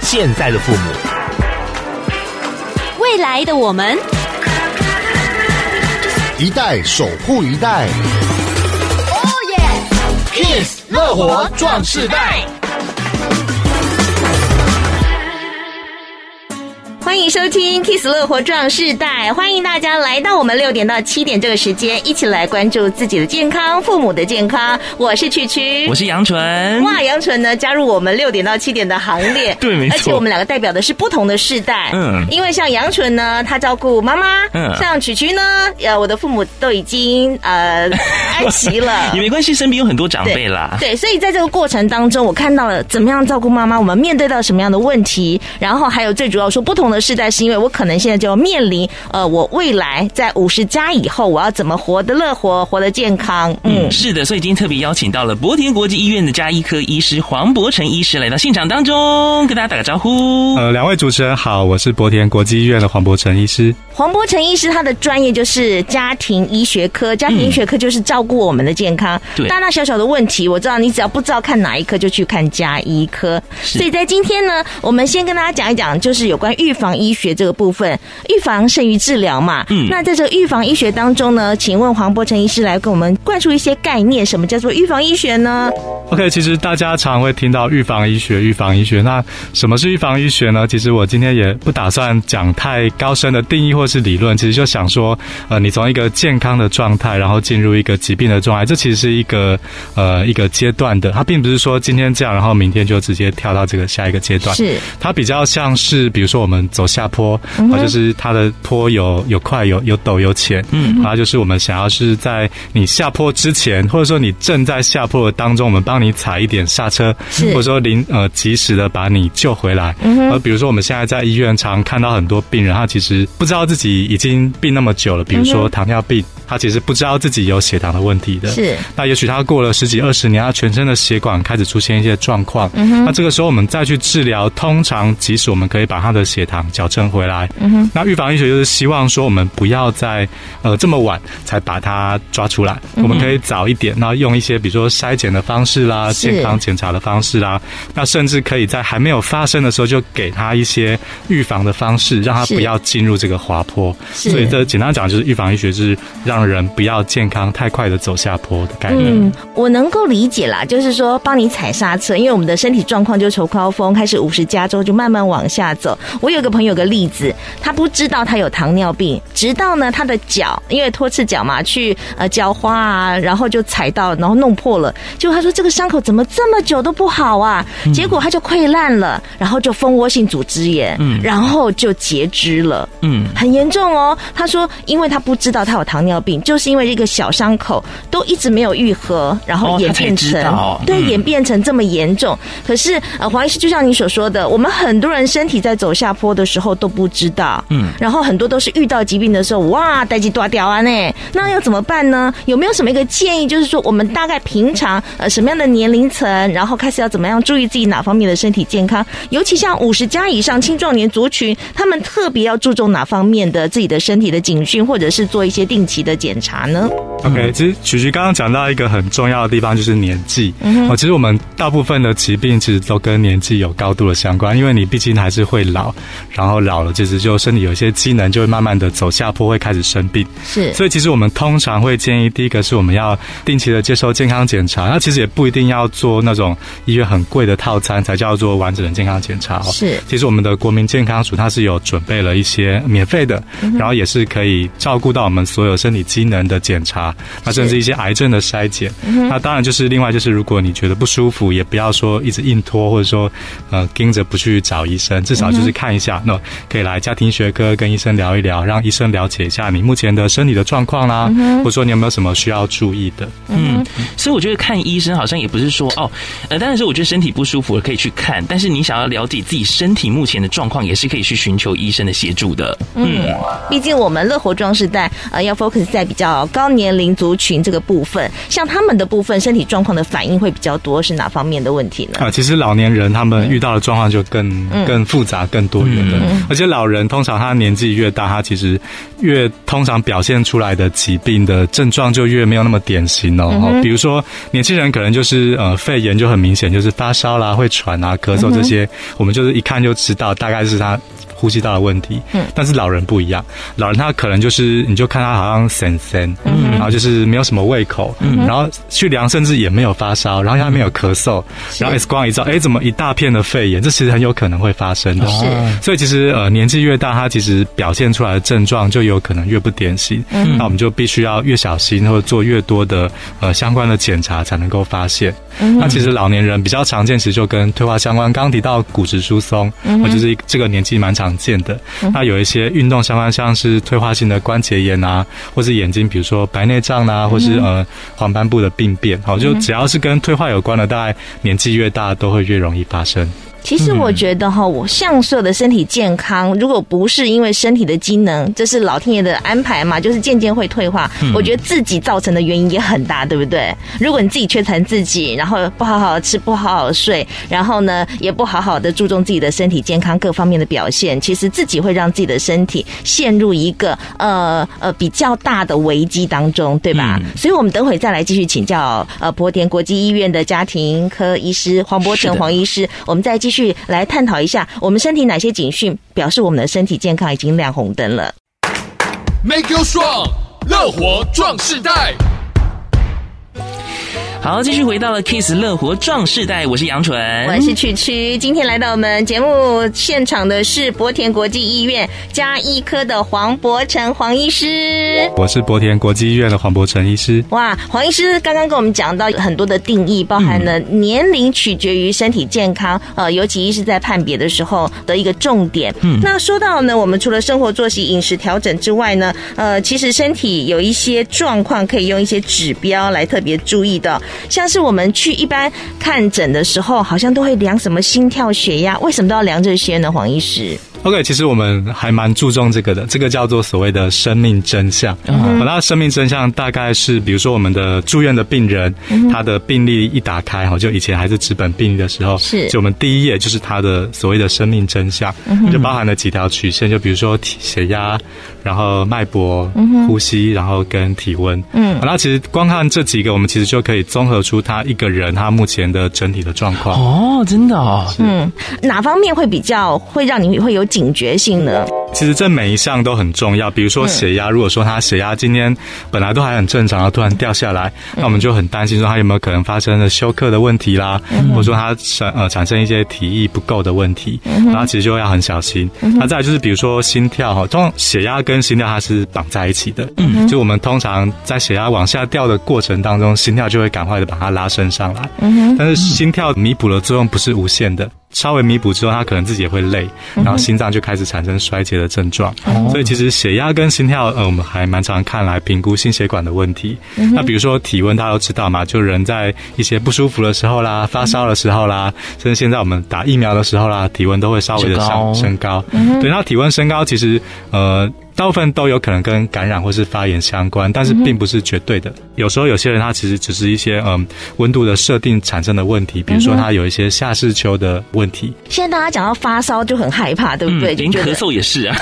现在的父母，未来的我们，一代守护一代。Kiss 乐活壮士代，欢迎收听《Kiss 乐活壮世代》，欢迎大家来到我们六点到七点这个时间，一起来关注自己的健康、父母的健康。我是曲曲，我是杨纯。哇，杨纯呢加入我们六点到七点的行列， 对没错而且我们两个代表的是不同的世代，嗯因为像杨纯呢，他照顾妈妈，嗯像曲曲呢，呃，我的父母都已经 呃安息了也。没关系，身边有很多长辈啦。对，所以在这个过程当中，我看到了怎么样照顾妈妈，我们面对到什么样的问题，然后还有最主要说不同的世代，是因为我可能现在就要面临，呃，我未来在五十加以后，我要怎么活得乐活，活得健康，嗯嗯，是的，所以今天特别邀请到了博田国际医院的加医科医师黄伯成医师来到现场当中，跟大家打个招呼。呃，两位主持人好，我是博田国际医院的黄博成医师。黄波成医师他的专业就是家庭医学科，家庭医学科就是照顾我们的健康，嗯对大大小小的问题，我知道你只要不知道看哪一科就去看家医科。是所以在今天呢，我们先跟大家讲一讲，就是有关预防医学这个部分，预防胜于治疗嘛。嗯那在这个预防医学当中呢，请问黄波成医师来跟我们灌输一些概念，什么叫做预防医学呢？ OK，其实大家常会听到预防医学，预防医学。那什么是预防医学呢？其实我今天也不打算讲太高深的定义或是理论，其实就想说，呃，你从一个健康的状态，然后进入一个疾病的状态，这其实是一个呃一个阶段的，它并不是说今天这样，然后明天就直接跳到这个下一个阶段。是它比较像是，比如说我们走下坡，啊，就是它的坡有有快有有陡有浅，嗯，然后就是我们想要是在你下坡之前，或者说你正在下坡的当中，我们帮你踩一点刹车，是或者说临呃及时的把你救回来。嗯、呃，比如说我们现在在医院常看到很多病人，他其实不知道自己已经病那么久了，比如说糖尿病，他其实不知道自己有血糖的问题的，是那也许他过了十几二十年，他全身的血管开始出现一些状况。嗯那这个时候我们再去治疗，通常即使我们可以把他的血糖矫正回来。嗯那预防医学就是希望说我们不要在呃这么晚才把它抓出来，嗯我们可以早一点，那用一些比如说筛检的方式啦、是健康检查的方式啦，那甚至可以在还没有发生的时候就给他一些预防的方式，让他是不要进入这个滑坡。是所以这呃简单讲就是预防医学是让人不要健康太快的走下坡的概念。嗯，我能够理解啦，就是说帮你踩刹车，因为我们的身体状况就从高峰开始五十加之后就慢慢往下走。我有个朋友有个例子，他不知道他有糖尿病，直到呢他的脚，因为拖赤脚嘛，去呃脚花啊，然后就踩到，然后弄破了。结果他说这个伤口怎么这么久都不好啊？结果他就溃烂了，然后就蜂窝性组织炎，嗯然后就截肢了。嗯，很严重哦。他说，因为他不知道他有糖尿病，就是因为这个小伤口都一直没有愈合，然后哦演他才变知成、道对、嗯演变成这么严重。可是呃，黄医师就像你所说的，我们很多人身体在走下坡的时候都不知道，嗯然后很多都是遇到疾病的时候，哇，代际断掉啊呢，那要怎么办呢？有没有什么一个建议，就是说我们大概平常呃什么样的年龄层，然后开始要怎么样注意自己哪方面的身体健康？尤其像五十加以上青壮年族群，他们特别要注重哪方面的自己的身体的警讯，或者是做一些定期的检查呢？ OK，其实曲曲刚刚讲到一个很重要的地方，就是年纪。哦，其实我们大部分的疾病其实都跟年纪有高度的相关，因为你毕竟还是会老，然后老了其实就身体有一些机能就会慢慢的走下坡，会开始生病。是所以其实我们通常会建议，第一个是我们要定期的接受健康检查，那其实也不一定要做那种医院很贵的套餐才叫做完整的健康检查哦。是其实我们的国民健康署它是有准备了一些免费的，然后也是可以照顾到我们所有身体机能的检查，那甚至一些癌症的筛检。那当然就是另外就是，如果你觉得不舒服，也不要说一直硬拖，或者说呃盯着不去找医生，至少就是看一下，那可以来家庭学科跟医生聊一聊，让医生了解一下你目前的身体的状况啦，或者说你有没有什么需要注意的。所以我觉得看医生好像也不是说哦，呃，当然是我觉得身体不舒服可以去看，但是你想要了解自己身体目前的状况，也是可以去寻求医生的协助的。嗯，毕竟我们乐活装饰带呃要 focus 在比较高年龄族群这个部分，像他们的部分身体状况的反应会比较多，是哪方面的问题呢？啊，其实老年人他们遇到的状况就更、更复杂、更多元的，而且老人通常他年纪越大，他其实越通常表现出来的疾病的症状就越没有那么典型哦。哦比如说年轻人可能就是呃肺炎就很明显，就是发烧啦、会喘啊、咳嗽这些，我们就是一看就知道大概是他。呼吸道的问题，嗯，但是老人不一样，老人他可能就是，你就看他好像神神，嗯，然后就是没有什么胃口，嗯，然后去量甚至也没有发烧，然后他没有咳嗽，然后 X 光一照，哎，怎么一大片的肺炎？这其实很有可能会发生的，是所以其实呃年纪越大，他其实表现出来的症状就有可能越不典型，嗯，那我们就必须要越小心或者做越多的呃相关的检查才能够发现。那其实老年人比较常见，其实就跟退化相关。刚刚提到骨质疏松，或者是一这个年纪蛮常见的。那有一些运动相关，像是退化性的关节炎啊，或是眼睛，比如说白内障啊，或是呃黄斑部的病变。好，就只要是跟退化有关的，大概年纪越大都会越容易发生。其实我觉得哈，我像所有的身体健康，如果不是因为身体的机能，这是老天爷的安排嘛，就是渐渐会退化。嗯我觉得自己造成的原因也很大，对不对？如果你自己摧残自己，然后不好好吃，不好好睡，然后呢也不好好的注重自己的身体健康各方面的表现，其实自己会让自己的身体陷入一个呃呃比较大的危机当中，对吧？嗯所以我们等会再来继续请教呃博田国际医院的家庭科医师黄博是成的黄医师，我们再继续来探讨一下我们身体哪些警讯表示我们的身体健康已经亮红灯了。 ，Make you strong，乐活壮世代。好，继续回到了 Kiss 乐活壮世代，我是杨纯，我是曲曲，今天来到我们节目现场的是博田国际医院加医科的黄博成黄医师。我是博田国际医院的黄博成医师。哇，黄医师刚刚跟我们讲到很多的定义，包含了年龄取决于身体健康，呃，尤其是在判别的时候的一个重点。嗯，那说到呢，我们除了生活作息、饮食调整之外呢，呃，其实身体有一些状况可以用一些指标来特别注意的，像是我们去一般看诊的时候，好像都会量什么心跳、血压，为什么都要量这些呢？黄医师， OK，其实我们还蛮注重这个的，这个叫做所谓的生命真相。嗯、那生命真相大概是，比如说我们的住院的病人，他的病历一打开哈，就以前还是纸本病历的时候，是就我们第一页就是他的所谓的生命真相，就包含了几条曲线，就比如说体血压，然后脉搏、呼吸，然后跟体温。嗯，那其实光看这几个，我们其实就可以综合出他一个人他目前的整体的状况。哦，真的哦，嗯哪方面会比较会让你会有警觉性呢？其实这每一项都很重要，比如说血压，如果说他血压今天本来都还很正常，然后突然掉下来，那我们就很担心说他有没有可能发生了休克的问题啦，或者说他产呃产生一些体液不够的问题，然后其实就要很小心。那再来就是比如说心跳哈，通常血压跟心跳它是绑在一起的，就我们通常在血压往下掉的过程当中，心跳就会赶快的把它拉升上来，但是心跳弥补的作用不是无限的。稍微弥补之后，他可能自己也会累，然后心脏就开始产生衰竭的症状。所以其实血压跟心跳，呃，我们还蛮常看来评估心血管的问题。那比如说体温，大家都知道嘛，就人在一些不舒服的时候啦、发烧的时候啦，甚至现在我们打疫苗的时候啦，体温都会稍微的升高上升高。对，那体温升高，其实呃。大部分都有可能跟感染或是发炎相关，但是并不是绝对的。有时候有些人他其实只是一些嗯温度的设定产生的问题，比如说他有一些夏视秋的问题，现在大家讲到发烧就很害怕，对不对？嗯就连觉咳得嗽也是 啊。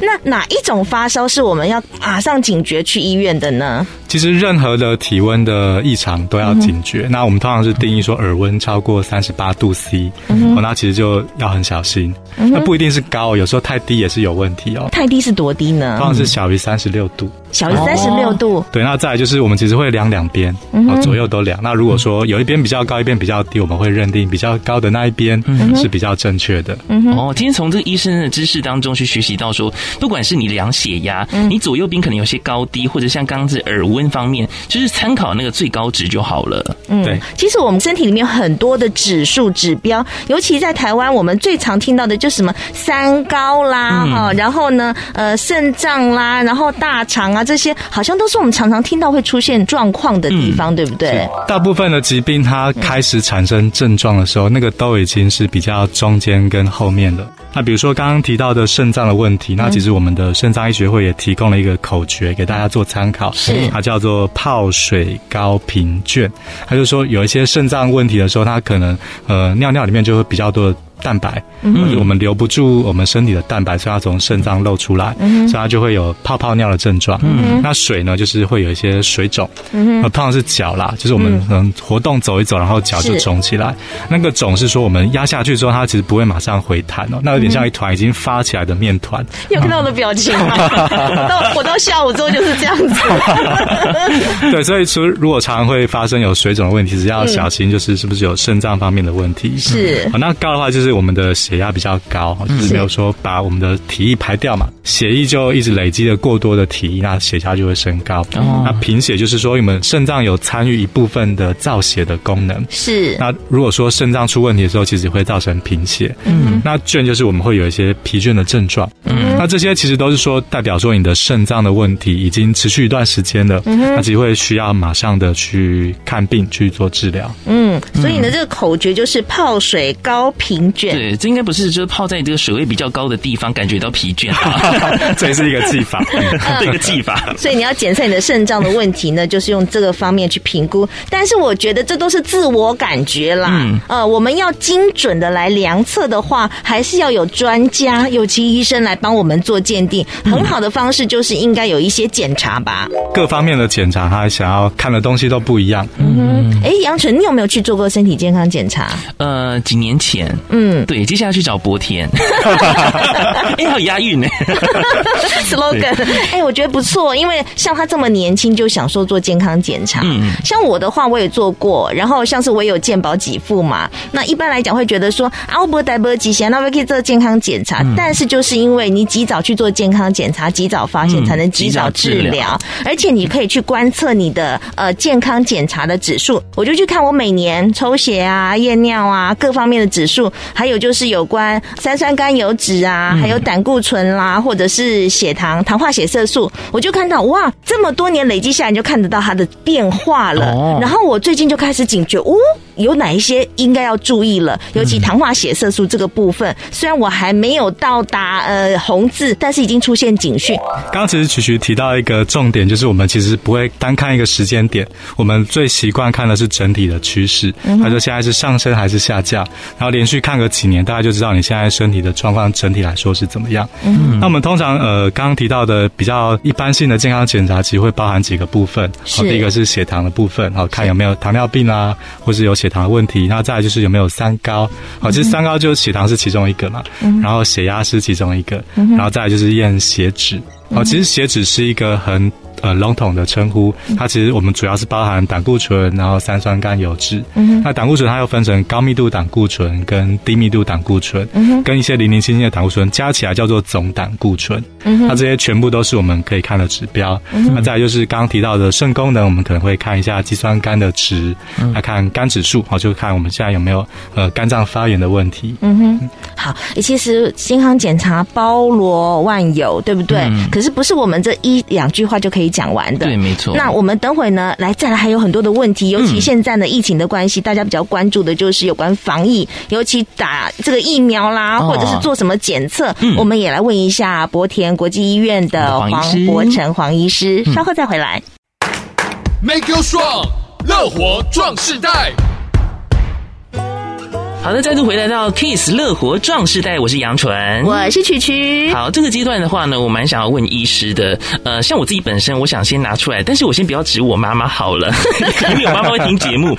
那哪一种发烧是我们要马上警觉去医院的呢？其实任何的体温的异常都要警觉。那我们通常是定义说耳温超过三十八度 C，、哦，那其实就要很小心。那不一定是高，哦有时候太低也是有问题哦。太低是多低呢通？常是小于三十六度。小于三十六度。对，那再来就是我们其实会量两边，哦，左右都量。那如果说有一边比较高，一边比较低，我们会认定比较高的那一边是比较正确的。哦，今天从这个医生的知识当中去学习到说，不管是你量血压，你左右边可能有些高低，或者像刚刚是耳温方面，就是参考那个最高值就好了。对，嗯其实我们身体里面有很多的指数指标，尤其在台湾，我们最常听到的就是什么三高啦，哈、然后呢，呃，肾脏啦，然后大肠啊，这些好像都是我们常常听到会出现状况的地方，对不对？大部分的疾病它开始产生症状的时候，那个都已经是比较中间跟后面了。那比如说刚刚提到的肾脏的问题，那其实我们的肾脏医学会也提供了一个口诀给大家做参考，是它叫做泡水高频卷。它就说有一些肾脏问题的时候，它可能呃尿尿里面就会比较多的蛋白，嗯，我们留不住我们身体的蛋白，所以它从肾脏漏出来，嗯、所以它就会有泡泡尿的症状。嗯，那水呢，就是会有一些水肿，嗯，通常是脚啦，就是我们可能活动走一走，然后脚就是肿起来。那个肿是说我们压下去之后，它其实不会马上回弹哦，那有点像一团已经发起来的面团。有看到我的表情吗？我到我到下午之后就是这样子。 对，所以除如果常常会发生有水肿的问题，是要小心，就是是不是有肾脏方面的问题。是好那高的话就是我们的血压比较高，就是没有说把我们的体液排掉嘛，血液就一直累积了过多的体液，那血压就会升高。哦那贫血就是说我们肾脏有参与一部分的造血的功能。是，那如果说肾脏出问题的时候，其实会造成贫血。嗯，那倦就是我们会有一些疲倦的症状。嗯，那这些其实都是说代表说你的肾脏的问题已经持续一段时间了，那其实会需要马上的去看病去做治疗。 嗯，所以呢，这个口诀就是泡水高平卷。对，这应该不是就是泡在这个水位比较高的地方感觉到疲倦啊吧？这也是一个技 法。这个技法。所以你要检测你的肾脏的问题呢，就是用这个方面去评估。但是我觉得这都是自我感觉啦。嗯呃，我们要精准的来量测的话，还是要有专家，尤其医生来帮我们做鉴定。很好的方式就是应该有一些检查吧。各方面的检查，他想要看的东西都不一样。嗯，哎，杨纯，你有没有去做过身体健康检查？ 呃，几年前，嗯对，接下来去找博田，哎、好押韵呢。 ，slogan，哎，我觉得不错，因为像他这么年轻就想说做健康检查，嗯像我的话我也做过，然后像是我也有健保给付嘛，那一般来讲会觉得说啊，我不带波及前，那我可以做健康检查，嗯但是就是因为你及早去做健康检查，及早发现嗯才能及及早早治治疗疗。而且你可以去观测你的呃健康检查的指数。我就去看我每年抽血啊、验尿啊各方面的指数，还有就是有关三酸甘油脂啊，还有胆固醇啦、或者是血糖、糖化血色素，我就看到哇，这么多年累积下来，你就看得到它的变化了。哦然后我最近就开始警觉，哦。有哪一些应该要注意了？尤其糖化血色素这个部分，虽然我还没有到达呃红字，但是已经出现警讯。刚刚其实曲曲提到一个重点，就是我们其实不会单看一个时间点，我们最习惯看的是整体的趋势。他说现在是上升还是下降，然后连续看个几年，大家就知道你现在身体的状况整体来说是怎么样。那我们通常呃刚刚提到的比较一般性的健康检查，其实会包含几个部分。是好第一个是血糖的部分，好看有没有糖尿病啊，或是有血糖的问题。那再来就是有没有三高，好，其实三高就是血糖是其中一个嘛，然后血压是其中一个，然后再来就是验血脂。好，其实血脂是一个很呃笼统的称呼，它其实我们主要是包含胆固醇，然后三酸甘油脂。那胆固醇它又分成高密度胆固醇跟低密度胆固醇，跟一些零零星星的胆固醇加起来叫做总胆固醇。那这些全部都是我们可以看的指标。那再来就是刚刚提到的肾功能，我们可能会看一下肌酸酐的值，来看肝指数，好，就看我们现在有没有呃肝脏发炎的问题。好，诶其实健康检查包罗万有，对不对？可是不是我们这一两句话就可以讲完的。嗯对，没错。那我们等会呢，来再来还有很多的问题，尤其现在呢疫情的关系，大家比较关注的就是有关防疫，尤其打这个疫苗啦，哦嗯或者是做什么检测，我们也来问一下博田国际医院的黄医黄师嗯博成黄医师，稍后再回来。 ，Make you strong，乐活壮世代。好的，再度回来到 Kiss 乐活壮士代，我是杨纯，我是曲曲，嗯好，这个阶段的话呢，我蛮想要问医师的。呃，像我自己本身，我想先拿出来，但是我先不要指我妈妈好了， 因为我妈妈会听节目。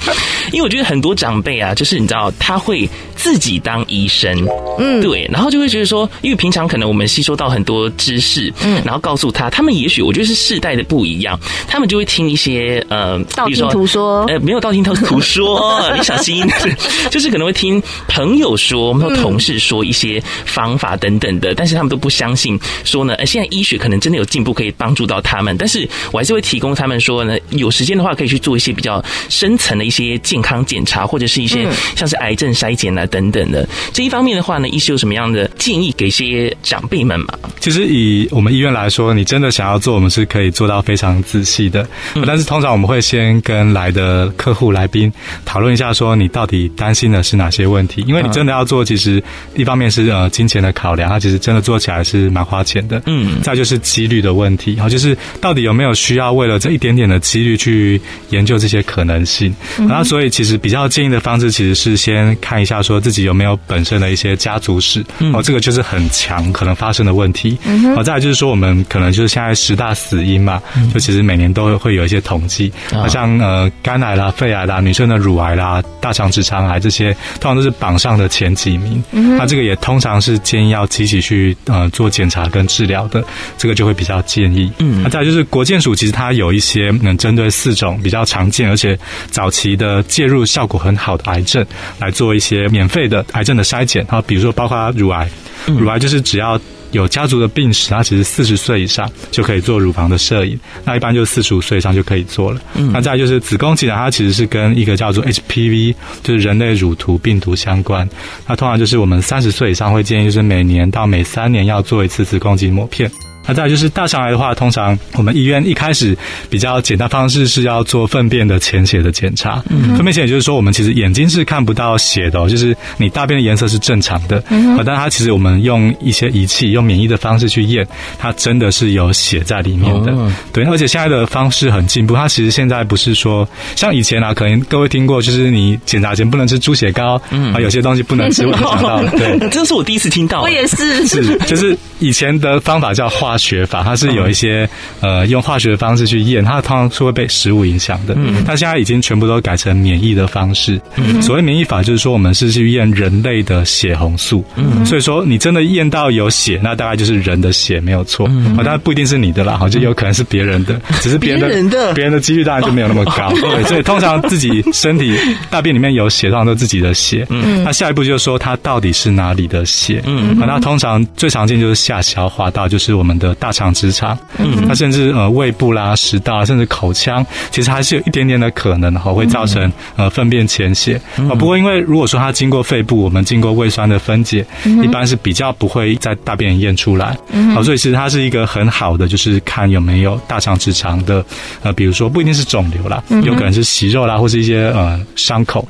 因为我觉得很多长辈啊，就是你知道，他会自己当医生，嗯，对，然后就会觉得说，因为平常可能我们吸收到很多知识，嗯，然后告诉他，他们也许我觉得是世代的不一样，他们就会听一些呃，道比如听途说呃，没有道听途途 说，哦你小心， 就是可能会听朋友说，或同事说一些方法等等的，但是他们都不相信，说呢，呃，现在医学可能真的有进步，可以帮助到他们，但是我还是会提供他们说呢，有时间的话可以去做一些比较深层的一些健康检查，或者是一些嗯像是癌症筛检啊等等的这一方面的话呢，医师有什么样的建议给一些长辈们嘛？其实以我们医院来说，你真的想要做，我们是可以做到非常仔细的。但是通常我们会先跟来的客户来宾讨论一下，说你到底担心的是哪些些问题，因为你真的要做，其实一方面是呃金钱的考量，它其实真的做起来是蛮花钱的。嗯再就是几率的问题，好，就是到底有没有需要为了这一点点的几率去研究这些可能性？嗯然后，所以其实比较建议的方式，其实是先看一下说自己有没有本身的一些家族史，嗯哦，这个就是很强可能发生的问题。哦，再来就是说我们可能就是现在十大死因嘛，就其实每年都会有一些统计，嗯啊好像呃肝癌啦、肺癌啦、女生的乳癌啦、大肠直肠癌这些，通常都是榜上的前几名。嗯那这个也通常是建议要积极去呃做检查跟治疗的，这个就会比较建议。嗯那再来就是国健署其实它有一些能针对四种比较常见而且早期的介入效果很好的癌症来做一些免费的癌症的筛检，然后比如说包括乳癌，乳癌就是只要。有家族的病史，它其实四十岁以上就可以做乳房的摄影，那一般就四十五岁以上就可以做了。那再来就是子宫颈癌，它其实是跟一个叫做 HPV，就是人类乳突病毒相关。那通常就是我们三十岁以上会建议，就是每年到每三年要做一次子宫颈抹片。那再来就是大肠癌的话，通常我们医院一开始比较简单方式是要做粪便的潜血的检查。粪便潜血就是说，我们其实眼睛是看不到血的、哦，就是你大便的颜色是正常的，呃但它其实我们用一些仪器，用免疫的方式去验，它真的是有血在里面的。哦对，而且现在的方式很进步，它其实现在不是说像以前啊，可能各位听过，就是你检查前不能吃猪血糕，啊，有些东西不能吃，我就想到了，对。 这是我第一次听到，我也是， 是，就是以前的方法叫化学法，它是有一些、呃用化学的方式去验，它通常是会被食物影响的。嗯，它现在已经全部都改成免疫的方式。嗯，所谓免疫法就是说我们是去验人类的血红素。嗯，所以说你真的验到有血，那大概就是人的血没有错。嗯，当然不一定是你的啦，好，就有可能是别人的，只是别人的别人的别人的哦几率当然就没有那么高。对，所以通常自己身体大便里面有血，通常都自己的血。嗯，那下一步就是说它到底是哪里的血？嗯，那通常最常见就是下消化道，就是我们的大肠、直肠。嗯，那甚至呃胃部啦、食道啊，甚至口腔，其实还是有一点点的可能哈，会造成呃粪便潜血。啊，不过因为如果说它经过肺部，我们经过胃酸的分解，一般是比较不会在大便里验出来。好，所以其实它是一个很好的，就是看有没有大肠直肠的呃，比如说不一定是肿瘤啦，有可能是息肉啦，或是一些呃伤口。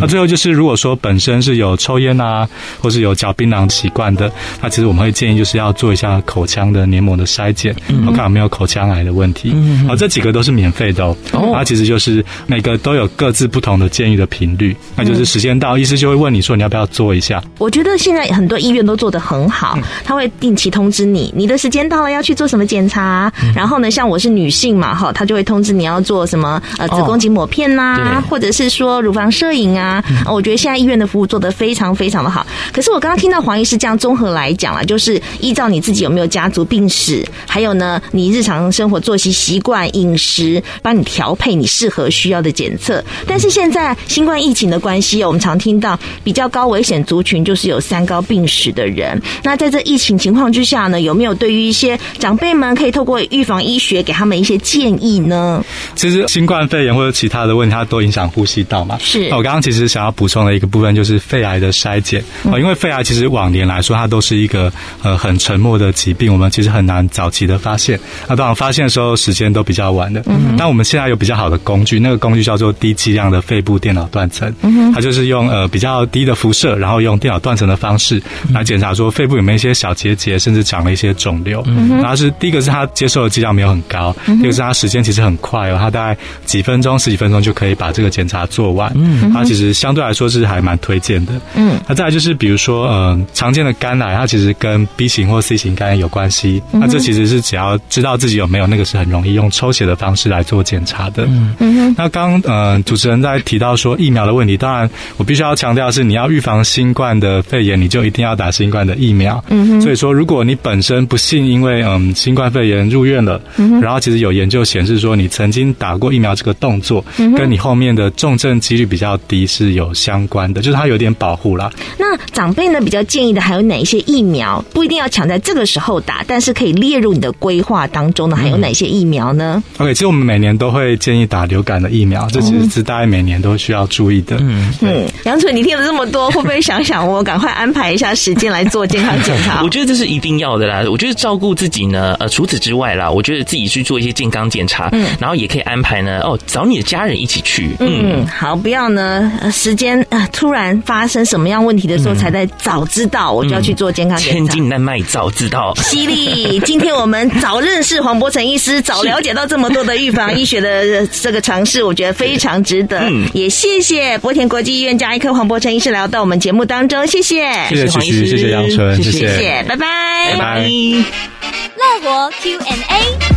那最后就是，如果说本身是有抽烟啊，或是有嚼槟榔习惯的，那其实我们会建议就是要做一下口腔的黏膜的筛检，我看有没有口腔癌的问题。好，这几个都是免费的哦。它其实就是每个都有各自不同的建议的频率，那就是时间到，医师就会问你说你要不要做一下。我觉得现在很多医院都做得很好，他会定期通知你，你的时间到了要去做什么检查。然后呢，像我是女性嘛，哈，他就会通知你要做什么呃子宫颈抹片呐、对或者是说乳房摄影啊、呃我觉得现在医院的服务做得非常非常的好。可是我刚刚听到黄医师这样综合来讲啊，就是依照你自己有没有家族病史，还有呢你日常生活作息习惯、饮食，帮你调配你适合需要的检测。但是现在新冠疫情的关系哦，我们常听到比较高危险族群就是有三高病史的人。那在这疫情情况之下呢，有没有对于一些长辈们可以透过预防医学给他们一些建议呢？其实新冠肺炎或者其他的问题，它都影响呼吸道嘛。是那我刚刚其实想要补充的一个部分就是肺癌的筛检啊、呃因为肺癌其实往年来说，它都是一个呃很沉默的疾病，我们其实很难早期的发现。那、当然发现的时候时间都比较晚的。但我们现在有比较好的工具，那个工具叫做低剂量的肺部电脑断层，它就是用呃比较低的辐射，然后用电脑断层的方式来检查说肺部有没有一些小结节，甚至长了一些肿瘤。然后是第一个是它接受的剂量没有很高，第二个是它时间其实很快哦，它大概几分钟、十几分钟就可以把这个检查做完。嗯，它其实相对来说是还蛮推荐的。嗯，那再来就是比如说，呃，常见的肝癌，它其实跟 B 型或 C 型肝炎有关系。那这其实是只要知道自己有没有那个是很容易用抽血的方式来做检查的。嗯，那刚呃主持人在提到说疫苗的问题，当然我必须要强调的是，你要预防新冠的肺炎，你就一定要打新冠的疫苗。嗯，所以说如果你本身不幸因为嗯新冠肺炎入院了，然后其实有研究显示说你曾经打过疫苗这个动作，跟你后面的重症几率比较低是有相关的，就是它有点保护啦。那长辈呢比较建议的还有哪一些疫苗？不一定要抢在这个时候打，但是可以列入你的规划当中呢？还有哪些疫苗呢？ OK，其实我们每年都会建议打流感的疫苗，这其实是大概每年都需要注意的。嗯，嗯，杨纯，你听了这么 多，会不会想想我赶快安排一下时间来做健康检查 我？觉得这是一定要的啦。我觉得照顾自己呢，呃，除此之外啦，我觉得自己去做一些健康检查，然后也可以安排呢，哦，找你的家人一起去，嗯嗯，好，不要呢个呃时间啊、呃突然发生什么样问题的时候，才在早知道我就要去做健康检千查。金难买早知道。犀利！今天我们早认识黄伯成医师，早了解到这么多的预防医学的呃这个尝试，我觉得非常值得。嗯也谢谢博田国际医院加医科黄伯成医师来到我们节目当中，谢谢，谢谢黄曲医曲，师谢谢杨纯，谢谢谢谢，拜拜拜拜。乐活 Q&A。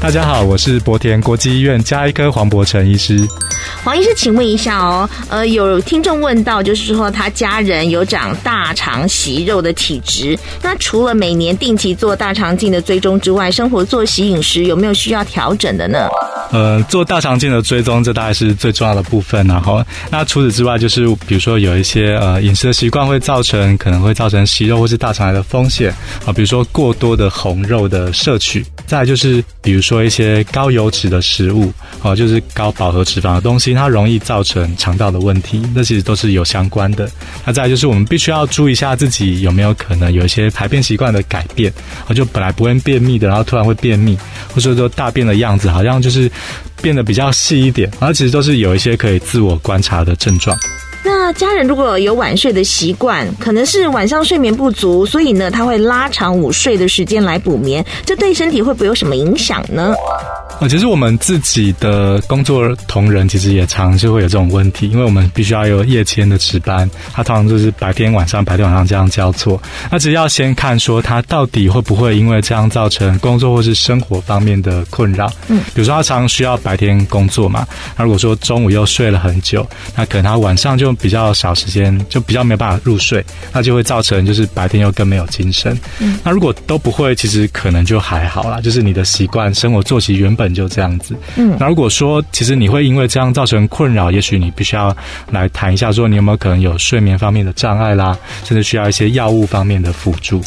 大家好，我是博田国际医院加医科黄博成医师。黄医师，请问一下哦，呃，有听众问到，就是说他家人有长大肠息肉的体质，那除了每年定期做大肠镜的追踪之外，生活作息、饮食有没有需要调整的呢？呃，做大肠镜的追踪，这大概是最重要的部分。然后，那除此之外，就是比如说有一些呃饮食的习惯会造成可能会造成息肉或是大肠癌的风险啊、比如说过多的红肉的摄取，再来就是比如说一些高油脂的食物啊、就是高饱和脂肪的东西，它容易造成肠道的问题，那其实都是有相关的。那再来就是我们必须要注意一下自己有没有可能有一些排便习惯的改变，啊，就本来不会便秘的，然后突然会便秘，或者说大便的样子好像就是变得比较细一点，然后其实都是有一些可以自我观察的症状。那家人如果有晚睡的习惯，可能是晚上睡眠不足，所以呢，他会拉长午睡的时间来补眠，这对身体会不会有什么影响呢？呃，其实我们自己的工作同仁其实也常是会有这种问题，因为我们必须要有夜间的值班，他通常就是白天晚上、白天晚上这样交错。那只要先看说他到底会不会因为这样造成工作或是生活方面的困扰。嗯，比如说他常需要白天工作嘛，那如果说中午又睡了很久，那可能他晚上就比较少时间，就比较没有办法入睡，那就会造成就是白天又更没有精神。那如果都不会，其实可能就还好啦，就是你的习惯、生活作息原本就这样子。嗯，那如果说其实你会因为这样造成困扰，也许你必须要来谈一下，说你有没有可能有睡眠方面的障碍啦，甚至需要一些药物方面的辅助。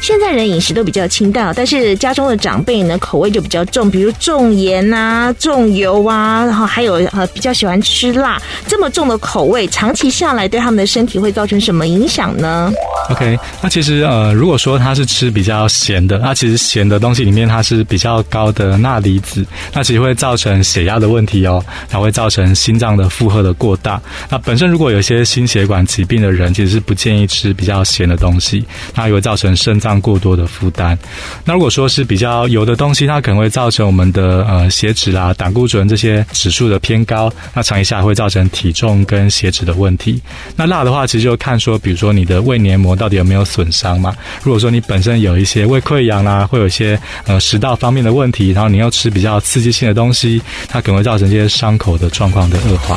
现在人饮食都比较清淡，但是家中的长辈呢，口味就比较重，比如重盐啊、重油啊，然后还有呃比较喜欢吃辣，这么重的口味，长期下来对他们的身体会造成什么影响呢？ OK，那其实呃，如果说它是吃比较咸的，那其实咸的东西里面它是比较高的钠离子，那其实会造成血压的问题哦，它会造成心脏的负荷的过大。那本身如果有一些心血管疾病的人，其实是不建议吃比较咸的东西，它也会造成肾脏过多的负担。那如果说是比较油的东西，它可能会造成我们的呃血脂啦、胆固醇这些指数的偏高，那长期下来会造成体重跟血脂的问题。那辣的话，其实就看说，比如说你的胃黏膜到底有没有损伤嘛。如果说你本身有一些胃溃疡啦，会有一些呃食道方面的问题，然后你又吃比较刺激性的东西，它可能会造成这些伤口的状况的恶化。